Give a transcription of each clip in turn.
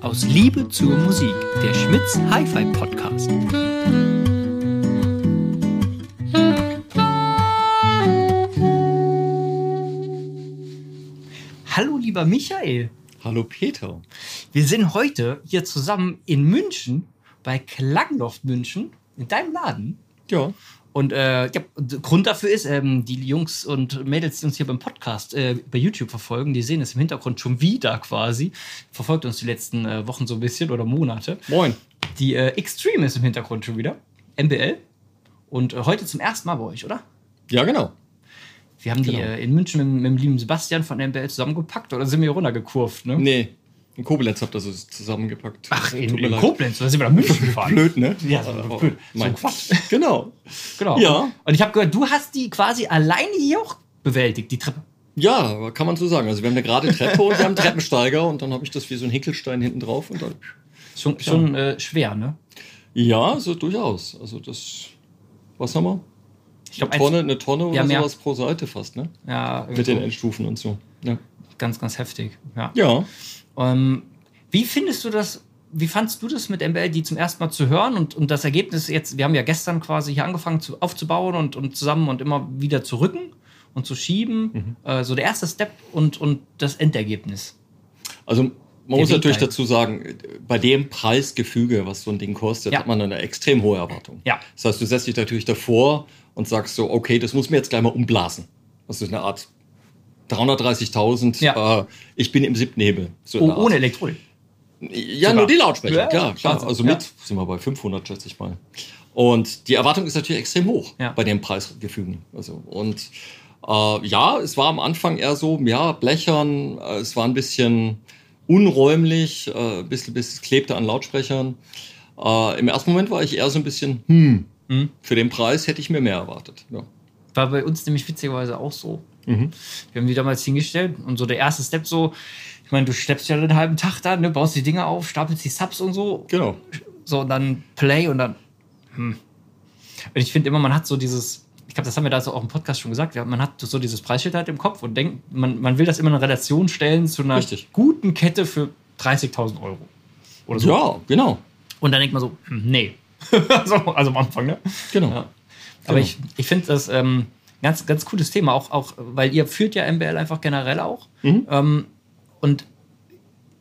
Aus Liebe zur Musik, der Schmitz Hi-Fi Podcast. Hallo lieber Michael, Hallo Peter. wir sind heute hier zusammen in München bei Klangloft München in deinem Laden. Ja. Und äh, ja, und Grund dafür ist, ähm, die Jungs und Mädels, die uns hier beim Podcast äh, bei YouTube verfolgen, die sehen es im Hintergrund schon wieder quasi. Verfolgt uns die letzten äh, Wochen so ein bisschen oder Monate. Moin. Die äh, Extreme ist im Hintergrund schon wieder. MBL. Und äh, heute zum ersten Mal bei euch, oder? Ja, genau. Wir haben die Genau. äh, in München mit, mit dem lieben Sebastian von MBL zusammengepackt oder sind wir runtergekurvt, ne? Nee, in Koblenz habt ihr so zusammengepackt. Ach, in, Tut mir in leid. Koblenz, oder sind wir nach München gefahren? Blöd, ne? Ja, so Aber- blöd. So Mein ein Quatsch. Genau. Genau. Ja. Und ich habe gehört, du hast die quasi alleine hier auch bewältigt, die Treppe. Ja, kann man so sagen. Also wir haben eine gerade Treppe und wir haben einen Treppensteiger und dann habe ich das wie so ein Hinkelstein hinten drauf und dann. Schon, schon äh, schwer, ne? Ja, so durchaus. Also das. Was haben wir? Ich glaub, eine Tonne, eine Tonne Ja, oder mehr. Also sowas pro Seite fast, ne? eins- Ja, Mit den Endstufen und so. Ja. ganz, ganz heftig. Ja. ja. Ähm, wie findest du das? Wie fandst du das mit MBL, die zum ersten Mal zu hören und, und das Ergebnis jetzt? Wir haben ja gestern quasi hier angefangen zu, aufzubauen und, und zusammen und immer wieder zu rücken und zu Mhm. schieben. Äh, so der erste Step und, und das Endergebnis. Also man muss Weg natürlich halt. dazu sagen, bei dem Preisgefüge, was so ein Ding kostet, Ja. hat man eine extrem hohe Erwartung. Ja. Das heißt, du setzt dich natürlich davor und sagst so, okay, das muss mir jetzt gleich mal umblasen. Das ist eine Art 330.000, Ja. äh, ich bin im siebten Hebel. So Oh, eine Art. ohne Elektronik. Ja, Sogar. nur die Lautsprecher, Ja, klar, klar. Wahnsinn, Also ja. mit sind wir bei 500, schätze ich mal. Und die Erwartung ist natürlich extrem hoch Ja. bei dem Preisgefügen. Also, und äh, ja, es war am Anfang eher so, ja, blechern, äh, es war ein bisschen unräumlich, äh, ein bisschen, bisschen klebte an Lautsprechern. Äh, Im ersten Moment war ich eher so ein bisschen, hm, Mhm. für den Preis hätte ich mir mehr erwartet. Ja. War bei uns nämlich witzigerweise auch so. Mhm. Wir haben die damals hingestellt und so der erste Step so, ich meine, du schleppst ja den halben Tag da, ne, baust die Dinger auf, stapelst die Subs und so Genau. so und dann Play und dann. Hm. Und ich finde immer, man hat so dieses, ich glaube, das haben wir da so auch im Podcast schon gesagt, ja, man hat so dieses Preisschild halt im Kopf und denkt, man, man will das immer in Relation stellen zu einer Richtig. guten Kette für 30.000 Euro. Oder so. Ja, genau. Und dann denkt man so, hm, nee. so, also am Anfang, ne? genau. Ja. Aber Genau. ich, ich finde das ähm, ganz, ganz cooles Thema, auch, auch, weil ihr führt ja MBL einfach generell auch. Mhm. Ähm, und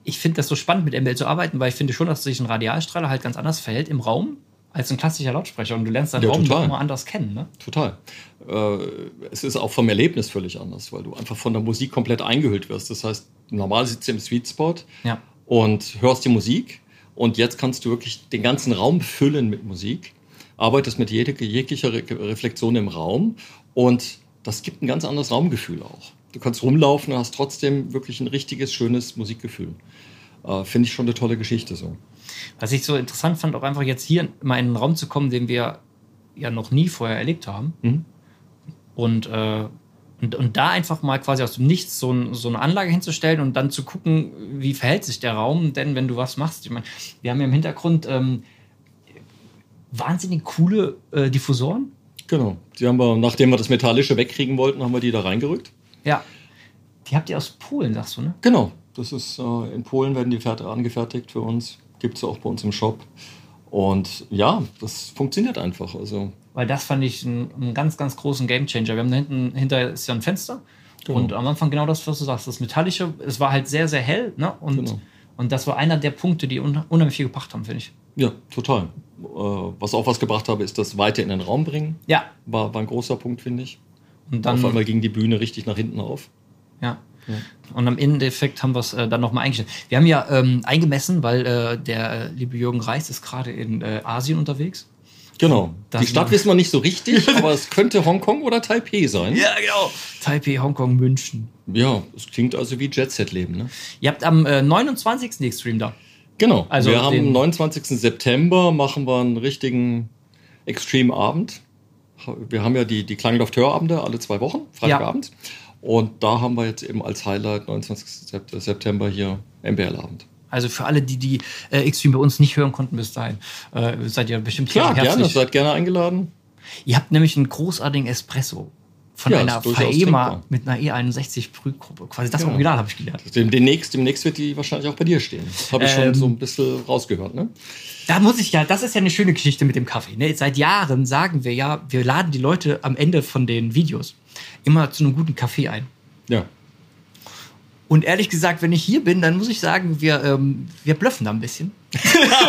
ich finde das so spannend, mit MBL zu arbeiten, weil ich finde schon, dass sich ein Radialstrahler halt ganz anders verhält im Raum als ein klassischer Lautsprecher. Und du lernst deinen Ja, Raum total. nochmal anders kennen. Ne? Total. Äh, es ist auch vom Erlebnis völlig anders, weil du einfach von der Musik komplett eingehüllt wirst. Das heißt, normal sitzt du im Sweet Spot Ja. und hörst die Musik und jetzt kannst du wirklich den ganzen Raum füllen mit Musik, arbeitest mit jede, jeglicher Re Reflexion im Raum und das gibt ein ganz anderes Raumgefühl auch. Du kannst rumlaufen und hast trotzdem wirklich ein richtiges, schönes Musikgefühl. Äh, Finde ich schon eine tolle Geschichte so. Was ich so interessant fand, auch einfach jetzt hier mal in einen Raum zu kommen, den wir ja noch nie vorher erlebt haben. Mhm. Und, äh, und, und da einfach mal quasi aus dem Nichts so, ein, so eine Anlage hinzustellen und dann zu gucken, wie verhält sich der Raum denn, wenn du was machst. Ich meine, wir haben ja im Hintergrund ähm, wahnsinnig coole äh, Diffusoren. Genau. Die haben wir, nachdem wir das Metallische wegkriegen wollten, haben wir die da reingerückt. Ja. Die habt ihr aus Polen, sagst du, ne? Genau, das ist äh, in Polen werden die Pferde angefertigt für uns. Gibt es auch bei uns im Shop. Und ja, das funktioniert einfach. Also Weil das fand ich einen, einen ganz, ganz großen Gamechanger. Wir haben da hinten, hinter ist ja ein Fenster. Genau. Und am Anfang genau das, was du sagst. Das Metallische, es war halt sehr, sehr hell. Ne? Und, Genau. und das war einer der Punkte, die un unheimlich viel gebracht haben, finde ich. ja, total. Äh, was auch was gebracht habe, ist das weiter in den Raum bringen. Ja. War, war ein großer Punkt, finde ich. Und dann, Auf einmal ging die Bühne richtig nach hinten auf. ja. Und am Endeffekt haben wir es äh, dann nochmal eingestellt. Wir haben ja ähm, eingemessen, weil äh, der äh, liebe Jürgen Reis ist gerade in äh, Asien unterwegs. Genau. Das die Stadt war- wissen wir nicht so richtig, aber es könnte Hongkong oder Taipei sein. Ja, genau. Taipei, Hongkong, München. Ja, es klingt also wie Jet-Set-Leben. Ne? Ihr habt am äh, 29. die Extreme da. Genau. Also Also wir haben den- am 29. September machen wir einen richtigen Extreme-Abend. Wir haben ja die, die Klangloft-Hörabende alle zwei Wochen, Freitagabend. Und da haben wir jetzt eben als Highlight 29. Sep- September hier MBL-Abend. Also für alle, die die äh, Extreme bei uns nicht hören konnten bis dahin, äh, seid ihr bestimmt Klar, hier gerne, herzlich. seid gerne eingeladen. Ihr habt nämlich einen großartigen Espresso. von Ja, einer ist durchaus FAEMA denkbar. mit einer E61-Prüfgruppe. Quasi das Ja. Original habe ich gelernt. Dem, demnächst, demnächst wird die wahrscheinlich auch bei dir stehen. Habe ich Ähm. schon so ein bisschen rausgehört, ne? Da muss ich ja, das ist ja eine schöne Geschichte mit dem Kaffee. Ne? Seit Jahren sagen wir ja, wir laden die Leute am Ende von den Videos immer zu einem guten Kaffee ein. Ja. Und ehrlich gesagt, wenn ich hier bin, dann muss ich sagen, wir, ähm, wir blöffen da ein bisschen.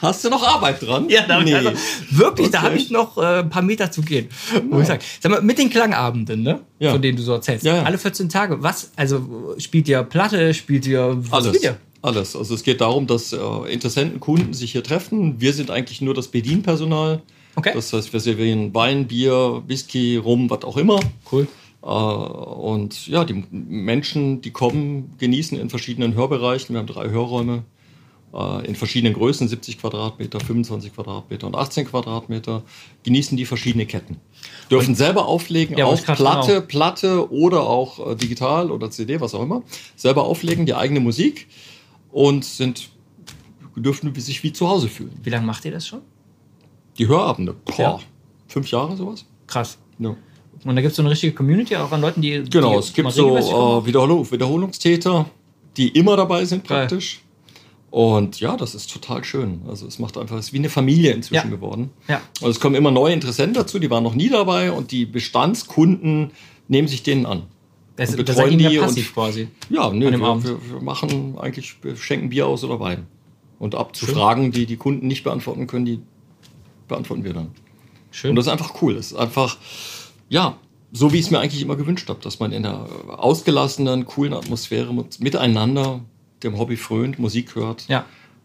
Hast du noch Arbeit dran? da nee. also, wirklich, da Okay. habe ich noch äh, ein paar Meter zu gehen. Wo ich sag, sag mal, mit den Klangabenden, ne? Ja. von denen du so erzählst, Ja, ja. alle 14 Tage, was, also spielt ihr Platte, spielt ihr was Alles. Spielt ihr? Alles. Also es geht darum, dass äh, Interessenten, Kunden sich hier treffen. Wir sind eigentlich nur das Bedienpersonal. Okay. Das heißt, wir servieren Wein, Bier, Whisky, Rum, was auch immer. Cool. Äh, und ja, die Menschen, die kommen, genießen in verschiedenen Hörbereichen. Wir haben drei Hörräume äh, in verschiedenen Größen, 70 Quadratmeter, 25 Quadratmeter und 18 Quadratmeter, genießen die verschiedene Ketten. Dürfen selber auflegen, Ja, wollte auch ich grad Platte, Platte oder auch äh, digital oder CD, was auch immer. Selber auflegen, die eigene Musik und sind dürfen sich wie zu Hause fühlen. Wie lange macht ihr das schon? Die Hörabende, boah, Ja. fünf Jahre sowas? Krass. Ja. Und da gibt es so eine richtige Community auch an Leuten, die. Genau, die es gibt mal regelmäßig kommen? so äh, Wiederholung, Wiederholungstäter, die immer dabei sind Geil. praktisch. Und ja, das ist total schön. Also es macht einfach, es ist wie eine Familie inzwischen Ja. geworden. Ja. Und es kommen immer neue Interessenten dazu, die waren noch nie dabei und die Bestandskunden nehmen sich denen an. Das, und das seid betreuen ihr die ja und- passiv quasi. Ja, nö, An dem wir, Abend. Wir, wir machen eigentlich, wir schenken Bier aus oder Wein. Und ab zu Fragen, die die Kunden nicht beantworten können, die beantworten wir dann. Und Schön. das ist einfach cool. Das ist einfach, ja, so wie ich es mir eigentlich immer gewünscht habe, dass man in einer ausgelassenen, coolen Atmosphäre mit, miteinander dem Hobby frönt, Musik hört ja.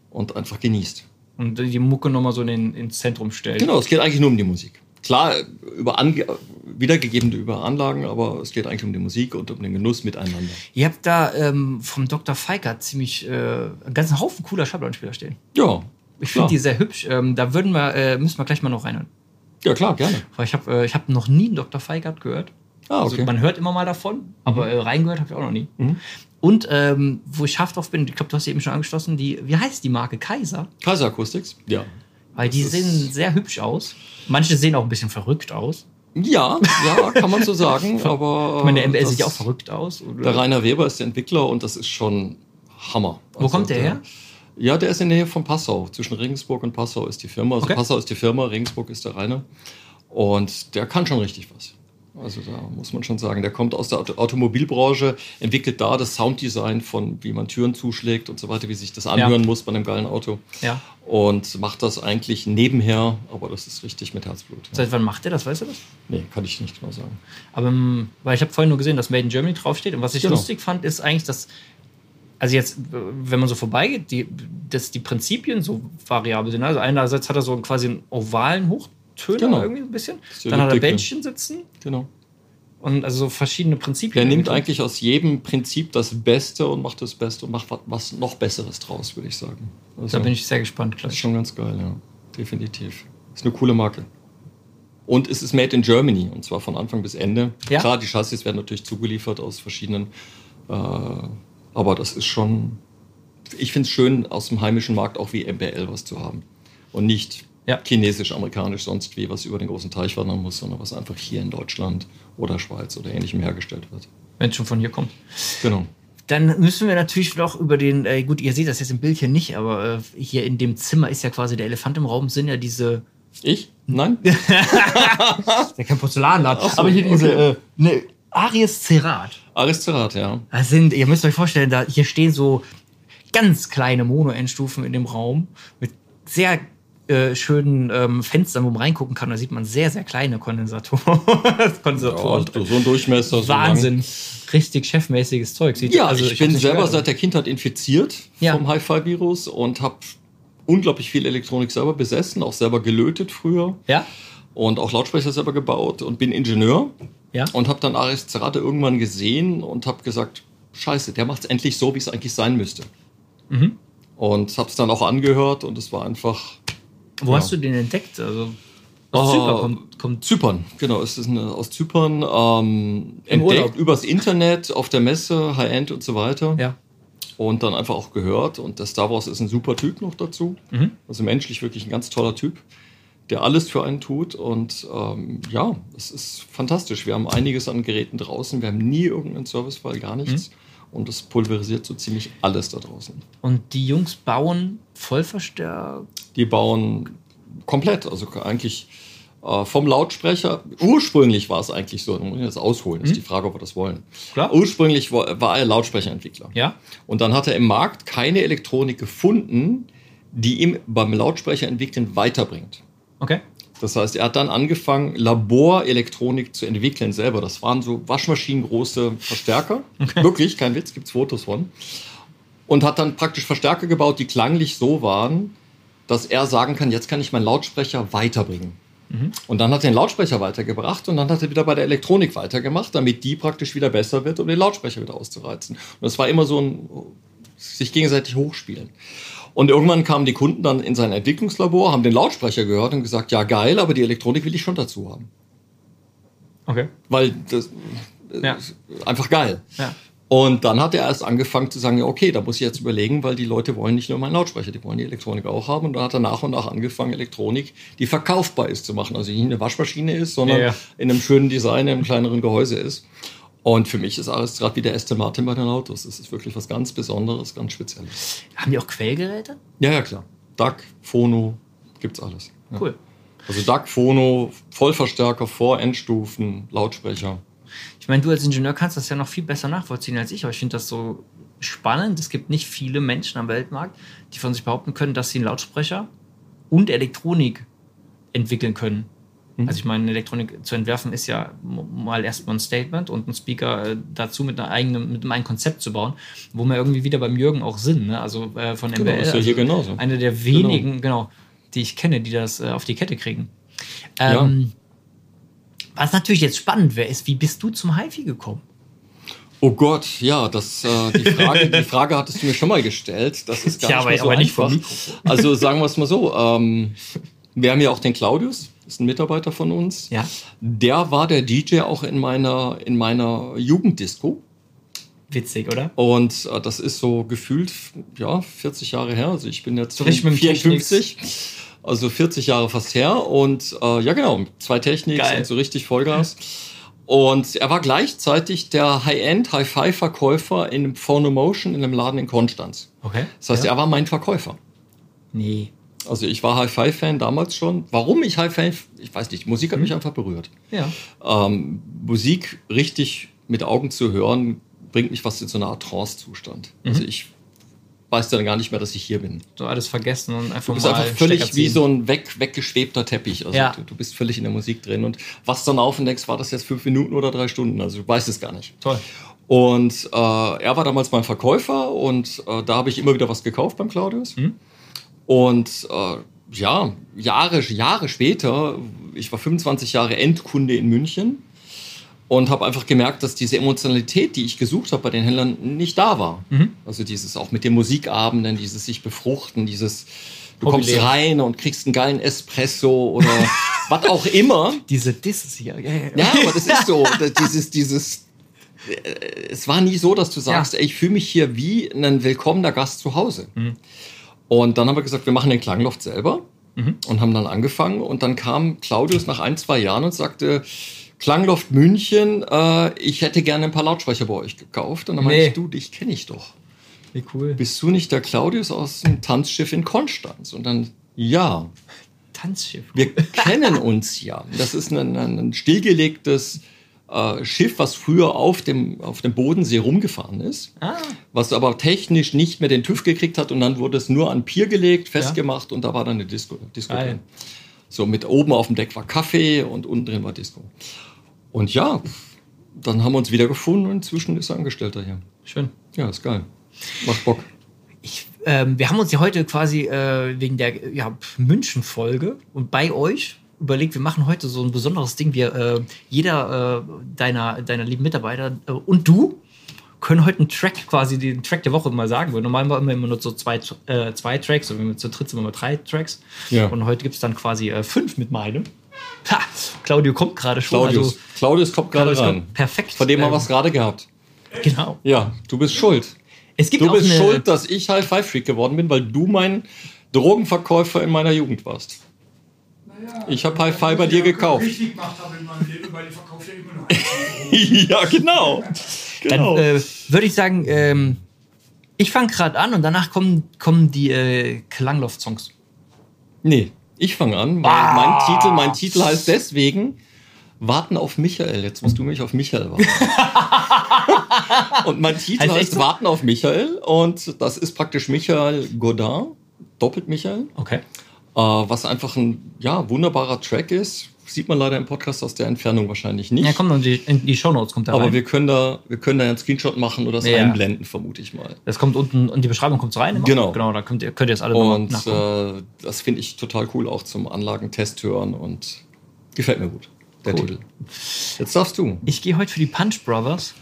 und einfach genießt. Und die Mucke nochmal so in den, ins Zentrum stellt. Genau, es geht eigentlich nur um die Musik. Klar, über Ange wiedergegebene über Anlagen, aber es geht eigentlich um die Musik und um den Genuss miteinander. Ihr habt da ähm, vom Dr. Feiker ziemlich äh, einen ganzen Haufen cooler Schablonspieler stehen. Ja. Ich klar. finde die sehr hübsch. Ähm, da würden wir, äh, müssen wir gleich mal noch reinhören. Ja, klar, gerne. Weil ich habe äh, ich hab noch nie einen Dr. Feigert gehört. Ah, okay. Also man hört immer mal davon, aber äh, reingehört habe ich auch noch nie. Und ähm, wo ich scharf drauf bin, ich glaube, du hast sie eben schon angeschlossen, die, wie heißt die Marke? Kaiser? Kaiser Acoustics? Ja. Weil die Das sehen ist- sehr hübsch aus. Manche sehen auch ein bisschen verrückt aus. Ja, ja, kann man so sagen, aber. äh, Ich meine, der MBL sieht ja das- auch verrückt aus. oder? Der Rainer Weber ist der Entwickler und das ist schon Hammer. Also Wo kommt der her? Ja, der ist in der Nähe von Passau. Zwischen Regensburg und Passau ist die Firma. Also Okay. Passau ist die Firma, Regensburg ist der Rainer. Und der kann schon richtig was. Also da muss man schon sagen, der kommt aus der Auto Automobilbranche, entwickelt da das Sounddesign von, wie man Türen zuschlägt und so weiter, wie sich das anhören muss bei einem geilen Auto. Ja. Und macht das eigentlich nebenher, aber das ist richtig mit Herzblut. Seit wann macht der das? Weißt du das? Nee, kann ich nicht genau sagen. Aber ähm, weil ich habe vorhin nur gesehen, dass Made in Germany draufsteht. Und was ich Genau. lustig fand, ist eigentlich, dass, also jetzt, äh, wenn man so vorbeigeht, die, dass die Prinzipien so variabel sind. Also einerseits hat er so einen quasi einen ovalen Hochtöner Genau. irgendwie ein bisschen. ist die Dann hat er Elliptik, ne? Bändchen sitzen Genau. und also so verschiedene Der Prinzipien. nimmt irgendwie. eigentlich aus jedem Prinzip das Beste und macht das Beste und macht wat- was noch Besseres draus, würde ich sagen. Also, Da bin ich sehr gespannt. das ist Klasse. schon ganz geil, ja. Definitiv. Ist eine coole Marke. Und es ist made in Germany und zwar von Anfang bis Ende. Ja? Klar, die Chassis werden natürlich zugeliefert aus verschiedenen, äh, aber das ist schon. Ich finde es schön, aus dem heimischen Markt auch wie MBL was zu haben. Und nicht Ja. chinesisch, amerikanisch, sonst wie was über den großen Teich wandern muss, sondern was einfach hier in Deutschland oder Schweiz oder ähnlichem hergestellt wird. Wenn es schon von hier kommt. Genau. Dann müssen wir natürlich noch über den, äh, gut, ihr seht das jetzt im Bild hier nicht, aber äh, hier in dem Zimmer ist ja quasi der Elefant im Raum, sind ja diese, Ich? Nein? ist ja kein Porzellanladen, Ach so, aber hier diese, okay. äh, ne, Aries Cerat. Aristorat, ja. Das sind, ihr müsst euch vorstellen, da hier stehen so ganz kleine Mono-Endstufen in dem Raum mit sehr äh, schönen ähm, Fenstern, wo man reingucken kann. Da sieht man sehr, sehr kleine Kondensatoren. Kondensatoren. so so ein Durchmesser. So lang. Wahnsinn. Richtig chefmäßiges Zeug. Sieht, Ja, also ich, bin hab's nicht selber gehört. seit der Kindheit infiziert Ja. vom Hi-Fi-Virus und habe unglaublich viel Elektronik selber besessen, auch selber gelötet früher Ja? und auch Lautsprecher selber gebaut und bin Ingenieur Ja? und habe dann Aris Zerate irgendwann gesehen und habe gesagt, scheiße, der macht es endlich so, wie es eigentlich sein müsste. Mhm. Und habe es dann auch angehört und es war einfach Wo Ja. hast du den entdeckt? Also, aus Oh, Zypern kommt, kommt Zypern, genau, es ist eine, aus Zypern, ähm, entdeckt Urlaub. übers Internet, auf der Messe, High-End und so weiter. Ja. und dann einfach auch gehört. Und der Star Wars ist ein super Typ noch dazu. Mhm. Also menschlich wirklich ein ganz toller Typ. der alles für einen tut. Und ähm, ja, es ist fantastisch. Wir haben einiges an Geräten draußen. Wir haben nie irgendeinen Servicefall, gar nichts. Mhm. Und das pulverisiert so ziemlich alles da draußen. Und die Jungs bauen Vollverstärker? Die bauen komplett. Also eigentlich äh, vom Lautsprecher. Ursprünglich war es eigentlich so, muss ich jetzt ausholen, ist mhm. die Frage, ob wir das wollen. Klar. Ursprünglich war, war er Lautsprecherentwickler. Ja. Und dann hat er im Markt keine Elektronik gefunden, die ihm beim Lautsprecherentwickeln weiterbringt. Okay. Das heißt, er hat dann angefangen, Laborelektronik zu entwickeln selber. Das waren so waschmaschinengroße Verstärker. Okay. Wirklich, kein Witz, gibt es Fotos von. Und hat dann praktisch Verstärker gebaut, die klanglich so waren, dass er sagen kann, jetzt kann ich meinen Lautsprecher weiterbringen. Mhm. Und dann hat er den Lautsprecher weitergebracht und dann hat er wieder bei der Elektronik weitergemacht, damit die praktisch wieder besser wird, um den Lautsprecher wieder auszureizen. Und das war immer so ein sich gegenseitig hochspielen. Und irgendwann kamen die Kunden dann in sein Entwicklungslabor, haben den Lautsprecher gehört und gesagt, ja geil, aber die Elektronik will ich schon dazu haben. Okay. Weil das ja. ist einfach geil. Ja. Und dann hat er erst angefangen zu sagen, okay, da muss ich jetzt überlegen, weil die Leute wollen nicht nur meinen Lautsprecher, die wollen die Elektronik auch haben. Und dann hat er nach und nach angefangen, Elektronik, die verkaufbar ist, zu machen. Also nicht eine Waschmaschine ist, sondern Ja. in einem schönen Design, in einem kleineren Gehäuse ist. Und für mich ist alles gerade wie der Aston Martin bei den Autos. Es ist wirklich was ganz Besonderes, ganz Spezielles. Haben die auch Quellgeräte? Ja, ja, klar. DAC, Phono, gibt's alles. Ja. Cool. Also DAC, Phono, Vollverstärker, Vor-, Endstufen, Lautsprecher. Ich meine, du als Ingenieur kannst das ja noch viel besser nachvollziehen als ich, aber ich finde das so spannend. Es gibt nicht viele Menschen am Weltmarkt, die von sich behaupten können, dass sie einen Lautsprecher und Elektronik entwickeln können. Mhm. Also ich meine, Elektronik zu entwerfen ist ja m- mal erstmal ein Statement und ein Speaker äh, dazu mit, einer eigenen, mit einem eigenen Konzept zu bauen, wo wir irgendwie wieder beim Jürgen auch sind, ne? also äh, von MBL. Genau, ist ja also hier genauso. eine der wenigen, genau, die ich kenne, die das äh, auf die Kette kriegen. Ähm, Was natürlich jetzt spannend wäre, ist, wie bist du zum HiFi gekommen? Oh Gott, ja, das, äh, die, Frage, die Frage hattest du mir schon mal gestellt. Das ist gar Tja, nicht aber- mal so aber nicht vom einfach. also sagen wir es mal so. Ähm, wir haben ja auch den Claudius, ist ein Mitarbeiter von uns. Ja. Der war der DJ auch in meiner, in meiner Jugenddisco. Witzig, oder? Und äh, das ist so gefühlt, ja, 40 Jahre her. Also ich bin jetzt So richtig mit dem 54. Also 40 Jahre fast her. Und äh, ja, genau, zwei Techniks Geil. und so richtig Vollgas. Und er war gleichzeitig der High-End, Hi-Fi-Verkäufer in einem Phono Motion in einem Laden in Konstanz. Okay. Das heißt, ja. er war mein Verkäufer. Nee. Also ich war Hi-Fi-Fan damals schon. Warum ich Hi-Fi, ich weiß nicht, Musik Mhm. hat mich einfach berührt Ja. ähm, Musik richtig mit Augen zu hören, bringt mich fast in so eine Art Trance-Zustand. Mhm. Also ich weiß dann gar nicht mehr, dass ich hier bin. So alles vergessen und einfach Du bist mal einfach völlig Stecker wie ziehen. so ein weg, weggeschwebter Teppich. Also Ja. du, du bist völlig in der Musik drin und wachst dann auf und denkst, war das jetzt fünf Minuten oder drei Stunden? Also du weißt es gar nicht. Toll. Und äh, er war damals mein Verkäufer und äh, da habe ich immer wieder was gekauft beim Claudius. Und äh, ja, Jahre, Jahre später, ich war 25 Jahre Endkunde in München und habe einfach gemerkt, dass diese Emotionalität, die ich gesucht habe bei den Händlern, nicht da war. Mhm. Also dieses auch mit den Musikabenden, dieses sich befruchten, dieses du Hobbylos. kommst rein und kriegst einen geilen Espresso oder was auch immer. Diese Disses hier. Ja, ja, ja. Ja, aber das ist so. Das- Dieses, dieses. äh, Es war nie so, dass du sagst, ey, ich fühle mich hier wie ein willkommener Gast zu Hause. Und dann haben wir gesagt, wir machen den Klangloft selber und haben dann angefangen. Und dann kam Claudius nach ein, zwei Jahren und sagte, Klangloft München, äh, ich hätte gerne ein paar Lautsprecher bei euch gekauft. Und dann meinte Nee. ich, du, dich kenne ich doch. Wie cool. Bist du nicht der Claudius aus dem Tanzschiff in Konstanz? Und dann, ja, Tanzschiff. wir kennen uns ja. Das ist ein, ein ein stillgelegtes äh, Schiff, was früher auf dem, auf dem Bodensee rumgefahren ist, Ah. was aber technisch nicht mehr den TÜV gekriegt hat und dann wurde es nur an Pier gelegt, festgemacht und da war dann eine Disco. Disco Geil. drin. So mit oben auf dem Deck war Kaffee und unten drin war Disco. Und ja, dann haben wir uns wiedergefunden und inzwischen ist er Angestellter hier. Schön. Also Ja, ist geil. Macht Bock. Ich, ähm, wir haben uns ja heute quasi äh, wegen der ja, München-Folge und bei euch überlegt, wir machen heute so ein besonderes Ding. Wir, äh, jeder äh, deiner, deiner lieben Mitarbeiter äh, und du können heute einen Track quasi, den Track der Woche mal sagen. Weil normal haben wir immer nur so zwei, äh, zwei Tracks und wenn wir zu dritt sind, immer drei Tracks. Ja. Und heute gibt es dann quasi äh, fünf mit meinem. Ha, Claudio kommt gerade schon. Claudius, Claudius kommt gerade Claudius rein. kommt perfekt. Von dem haben Ähm, wir was gerade gehabt. Genau. Ja, du bist schuld. Es gibt Du auch bist eine, schuld, dass ich halt High Five Freak geworden bin, weil du mein Drogenverkäufer in meiner Jugend warst. Weil Ich habe Hi-Fi bei dir gekauft. Richtig gemacht habe in meinem Leben, weil ich verkaufe ja immer nur ja, genau. genau. Dann äh, würde ich sagen, ähm, ich fange gerade an und danach kommen, kommen die äh, Klangloft-Songs. nee, ich fange an, weil Ah. mein, Titel, mein Titel heißt deswegen Warten auf Michael. Jetzt musst du mich auf Michael warten. und mein Titel Heißt echt heißt so? Warten auf Michael und das ist praktisch Michael Godin, doppelt Michael. Okay. Äh, was einfach ein ja, wunderbarer Track ist. Sieht man leider im Podcast aus der Entfernung wahrscheinlich nicht. Ja, komm, in die, in die Shownotes kommt da aber rein. wir können, da, wir können da einen Screenshot machen oder es Ja. einblenden, vermute ich mal. Das kommt unten in die Beschreibung kommt rein. immer? Genau. Genau, da könnt ihr, könnt ihr das alle nochmal Und nachgucken. äh, das finde ich total cool, auch zum Anlagentest hören und gefällt mir gut, der Cool. Titel. Jetzt darfst du. Ich gehe heute für die Punch Brothers.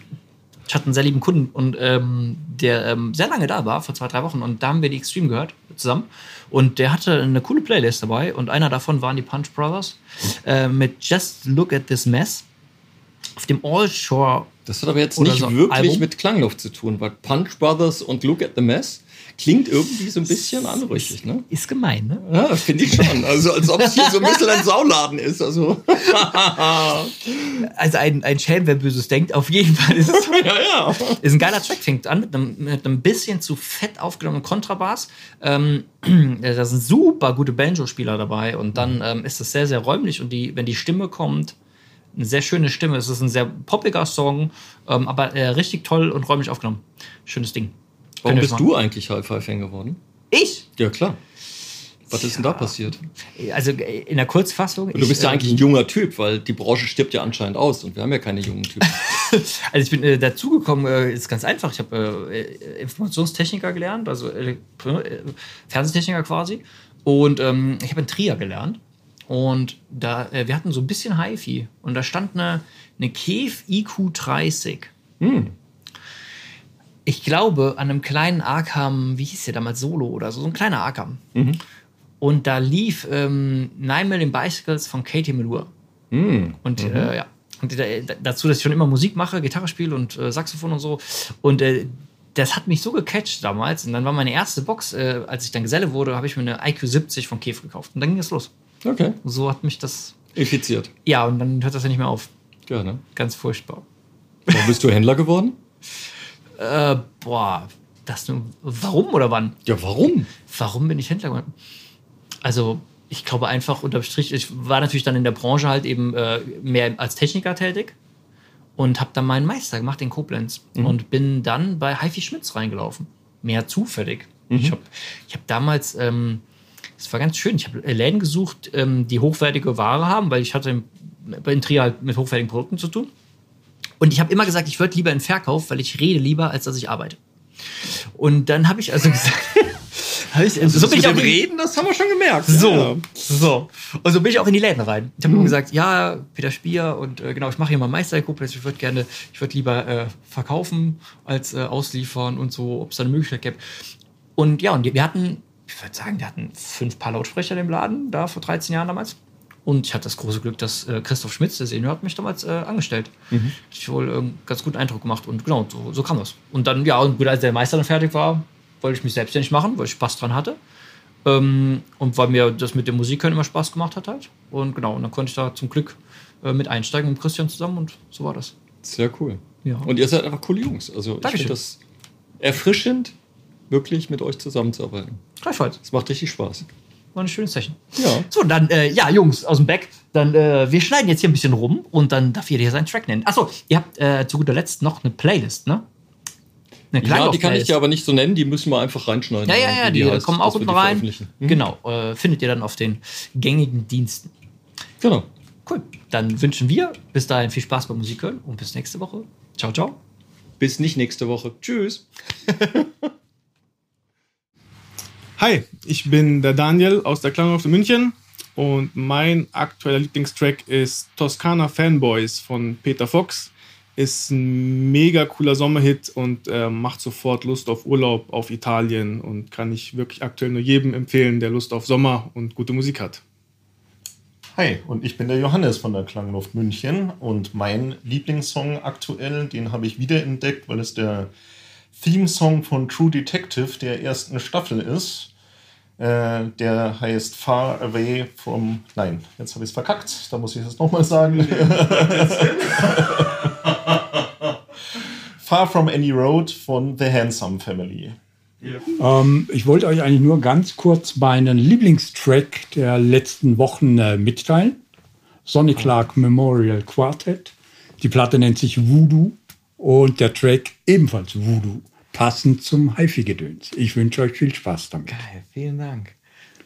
Ich hatte einen sehr lieben Kunden und ähm, der ähm, sehr lange da war, vor zwei, drei Wochen, und da haben wir die Extreme gehört zusammen. Und der hatte eine coole Playlist dabei und einer davon waren die Punch Brothers äh, mit Just Look at This Mess auf dem All Shore. Das hat aber jetzt Oder nicht so ein wirklich Album? mit Klangluft zu tun, weil Punch Brothers und Look at the Mess klingt irgendwie so ein bisschen anrüchig, ne? Ist gemein, ne? Ja, finde ich schon. Also als ob es hier so ein bisschen ein Sauladen ist. Also, Also ein, ein Schelm, wer Böses denkt, auf jeden Fall ist es ja, ja. Ist ein geiler Track, fängt an mit einem, mit einem bisschen zu fett aufgenommenen Kontrabass. Ähm, da sind super gute Banjo-Spieler dabei und dann ähm, ist das sehr, sehr räumlich und die, wenn die Stimme kommt, eine sehr schöne Stimme. Es ist ein sehr poppiger Song, ähm, aber äh, richtig toll und räumlich aufgenommen. Schönes Ding. Warum Könnt ihr bist mal- du eigentlich Hi-Fi-Fan geworden? Ich? Ja, klar. Was ist denn da passiert? Also äh, in der Kurzfassung. Du bist ich, ja äh, eigentlich ein junger Typ, weil die Branche stirbt ja anscheinend aus und wir haben ja keine jungen Typen. Also ich bin äh, dazugekommen, äh, ist ganz einfach. Ich habe äh, Informationstechniker gelernt, also äh, äh, Fernsehtechniker quasi. Und ähm, ich habe in Trier gelernt. Und da, äh, wir hatten so ein bisschen HiFi. Und da stand eine, eine KEF IQ30. Ich glaube, an einem kleinen Arkham, wie hieß der damals, Solo oder so, so ein kleiner Arkham. Und da lief ähm, Nine Million Bicycles von Katie Melua. Und äh, ja, und äh, dazu, dass ich schon immer Musik mache, Gitarre spiele und äh, Saxophon und so. Und äh, das hat mich so gecatcht damals. Und dann war meine erste Box, äh, als ich dann Geselle wurde, habe ich mir eine IQ70 von Käf gekauft. Und dann ging es los. Okay. Und so hat mich das. Infiziert. ne? Ja, und dann hört das ja nicht mehr auf. Gerne. Ganz furchtbar. Warum bist du Händler geworden? Äh, boah, das nur. Warum oder wann? Ja, warum? Warum bin ich Händler geworden? Also, ich glaube einfach unterm Strich, ich war natürlich dann in der Branche halt eben äh, mehr als Techniker tätig und habe dann meinen Meister gemacht in Koblenz und bin dann bei Haifi Schmitz reingelaufen. Mehr zufällig. Ich habe ich hab damals, ähm, das war ganz schön, ich habe Läden gesucht, ähm, die hochwertige Ware haben, weil ich hatte in, in Trier halt mit hochwertigen Produkten zu tun. Und ich habe immer gesagt, ich würde lieber in Verkauf, weil ich rede lieber, als dass ich arbeite. Und dann habe ich also gesagt, hab ich, so bin ich auch in- das haben wir schon gemerkt. so, Ja. so. Und so bin ich auch in die Läden rein. Ich habe nur gesagt, ja, Peter Spier und äh, genau, ich mache hier mal Meistergruppe, ich würde gerne, ich würde lieber äh, verkaufen als äh, ausliefern und so, ob es da eine Möglichkeit gäbe. Und ja, und die- wir hatten, ich würde sagen, wir hatten fünf Paar Lautsprecher im Laden, da vor 13 Jahren damals. Und ich hatte das große Glück, dass äh, Christoph Schmitz, der Senior, hat mich damals äh, angestellt. Hat sich wohl ähm, ganz guten Eindruck gemacht und genau, so, so kam das. Und dann, ja, und gut, als der Meister dann fertig war, wollte ich mich selbstständig machen, weil ich Spaß dran hatte. Ähm, und weil mir das mit der Musik hören immer Spaß gemacht hat halt. Und genau, und dann konnte ich da zum Glück äh, mit einsteigen mit Christian zusammen und so war das. Sehr cool. Ja. Und ihr seid einfach coole Jungs. Also ich Dankeschön. finde das erfrischend, wirklich mit euch zusammenzuarbeiten. Gleichfalls. Es macht richtig Spaß. War ein schönes Zeichen. Ja. So, dann, äh, ja, Jungs aus dem Back, dann, äh, wir schneiden jetzt hier ein bisschen rum und dann darf jeder hier seinen Track nennen. Achso, ihr habt äh, zu guter Letzt noch eine Playlist, ne? Eine Ja, die kann Kleinlauf-Playlist. ich dir aber nicht so nennen, die müssen wir einfach reinschneiden. Ja, ja, wie ja, die, heißt, kommen auch dass unten wir die halt rein. veröffentlichen. Mhm. Genau, äh, findet ihr dann auf den gängigen Diensten. Genau. Cool, dann wünschen wir bis dahin viel Spaß beim Musik hören und bis nächste Woche. Ciao, ciao. Bis nicht nächste Woche. Tschüss. Hi, ich bin der Daniel aus der Klangluft in München und mein aktueller Lieblingstrack ist Toskana Fanboys von Peter Fox. Ist ein mega cooler Sommerhit und äh, macht sofort Lust auf Urlaub auf Italien und kann ich wirklich aktuell nur jedem empfehlen, der Lust auf Sommer und gute Musik hat. Hi, und ich bin der Johannes von der Klangluft München und mein Lieblingssong aktuell, den habe ich wiederentdeckt, weil es der Theme-Song von True Detective der ersten Staffel ist. Äh, der heißt Far Away from. Nein, jetzt habe ich es verkackt. Da muss ich es nochmal sagen. Far from Any Road von The Handsome Family. Ähm, ich wollte euch eigentlich nur ganz kurz meinen Lieblingstrack der letzten Wochen äh, mitteilen. Sonny Clark Memorial Quartet. Die Platte nennt sich Voodoo und der Track ebenfalls Voodoo. Passend zum HiFi-Gedöns. Ich wünsche euch viel Spaß damit. Geil, vielen Dank.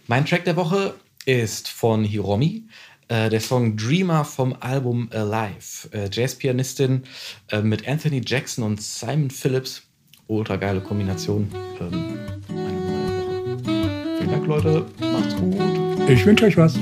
Mein Track der Woche ist von Hiromi. Äh, der Song Dreamer vom Album Alive. Äh, Jazzpianistin äh, mit Anthony Jackson und Simon Phillips. Ultra geile Kombination. Ähm, meine Nummer der Woche. Vielen Dank, Leute. Macht's gut. Ich wünsche euch was.